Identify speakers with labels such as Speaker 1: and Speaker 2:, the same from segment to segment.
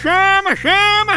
Speaker 1: chama, chama!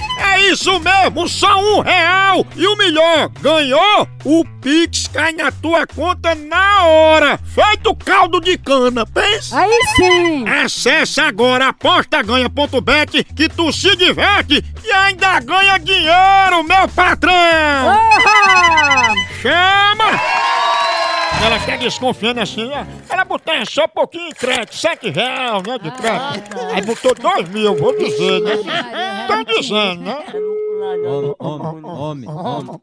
Speaker 1: É isso mesmo, só um real! E o melhor, ganhou? O Pix cai na tua conta na hora! Feito caldo de cana, pensa!
Speaker 2: Aí sim!
Speaker 1: Acesse agora apostaganha.bet que tu se diverte e ainda ganha dinheiro, meu patrão!
Speaker 2: Oba!
Speaker 1: Chama! Ela quer desconfiando assim, ó. Ela botar só um pouquinho de crédito, sete reais, né, de crédito. Aí botou dois mil, vou dizer, né? Tô dizendo, né?
Speaker 3: Homem, homem, homem, homem.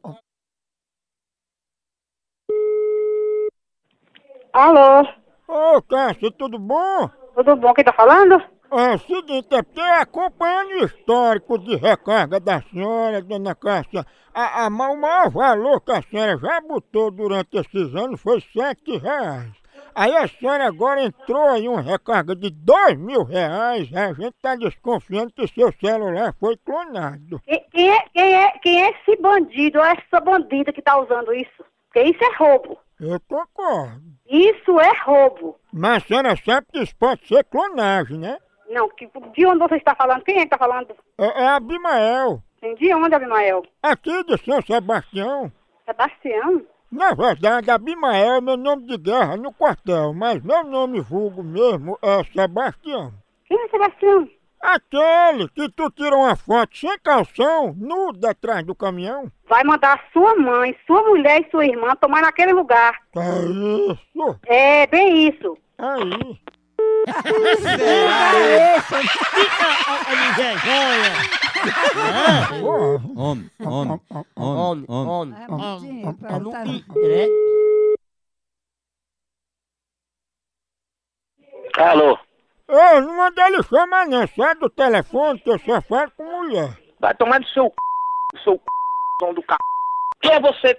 Speaker 4: Alô,
Speaker 1: Ô, Cássio, tudo bom?
Speaker 4: tudo bom? Quem tá falando?
Speaker 1: É o seguinte, é porque acompanhando o histórico de recarga da senhora, dona Cássia, a, a, ma- o maior valor que a senhora já botou durante esses anos foi sete reais. Aí a senhora agora entrou em uma recarga de dois mil reais, a gente tá desconfiando que seu celular foi clonado.
Speaker 4: Quem, quem é, quem, é, quem é esse bandido ou essa bandida que tá usando isso? Porque isso é roubo.
Speaker 1: Eu concordo.
Speaker 4: Isso é roubo.
Speaker 1: Mas a senhora sabe que isso pode ser clonagem, né?
Speaker 4: Não, que, de onde você está falando? Quem é que tá falando?
Speaker 1: É, é Abimael,
Speaker 4: Sim, De onde, Abimael?
Speaker 1: aqui de São Sebastião.
Speaker 4: Sebastião?
Speaker 1: Na verdade, Abimael é meu nome de guerra no quartel, mas meu nome vulgo mesmo é Sebastião.
Speaker 4: Quem é Sebastião?
Speaker 1: Aquele que tu tira uma foto sem calção, nudo atrás do caminhão.
Speaker 4: Vai mandar sua mãe, sua mulher e sua irmã tomar naquele lugar.
Speaker 1: Que É isso? é
Speaker 4: É, bem isso.
Speaker 1: Aí. Porra.
Speaker 3: Homem, homem, homem, homem.
Speaker 5: Alô,
Speaker 1: Eu não mandei ele chamar não, sai do telefone que eu só falo com mulher.
Speaker 5: vai tomar no seu c... seu c... dono do c... Quem é você, c...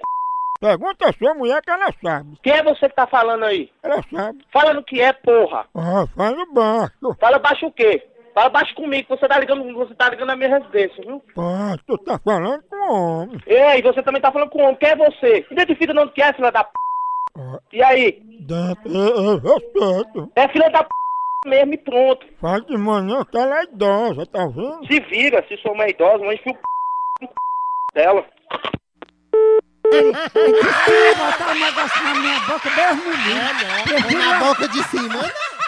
Speaker 1: Pergunta a sua mulher que ela sabe.
Speaker 5: Quem é você que tá falando aí?
Speaker 1: Ela sabe.
Speaker 5: Fala no que é, porra.
Speaker 1: Ah, fala baixo.
Speaker 5: Fala baixo o quê? Fala baixo comigo, que você tá ligando, você tá ligando na minha residência, viu?
Speaker 1: Pá, tu tá falando com homem.
Speaker 5: Ei, você também tá falando com o homem, quem é você? Identifica o nome que é, filha da p... E aí?
Speaker 1: Dentro, eu, eu respeito.
Speaker 5: É filha da p... mesmo e pronto.
Speaker 1: Fala de manhã que ela é idosa, tá vendo?
Speaker 5: Se vira, se sou uma idosa, mas enfia o c... no c... dela.
Speaker 2: botar um negócio na minha boca, Deus me livre. Prefiro,
Speaker 6: boca de cima.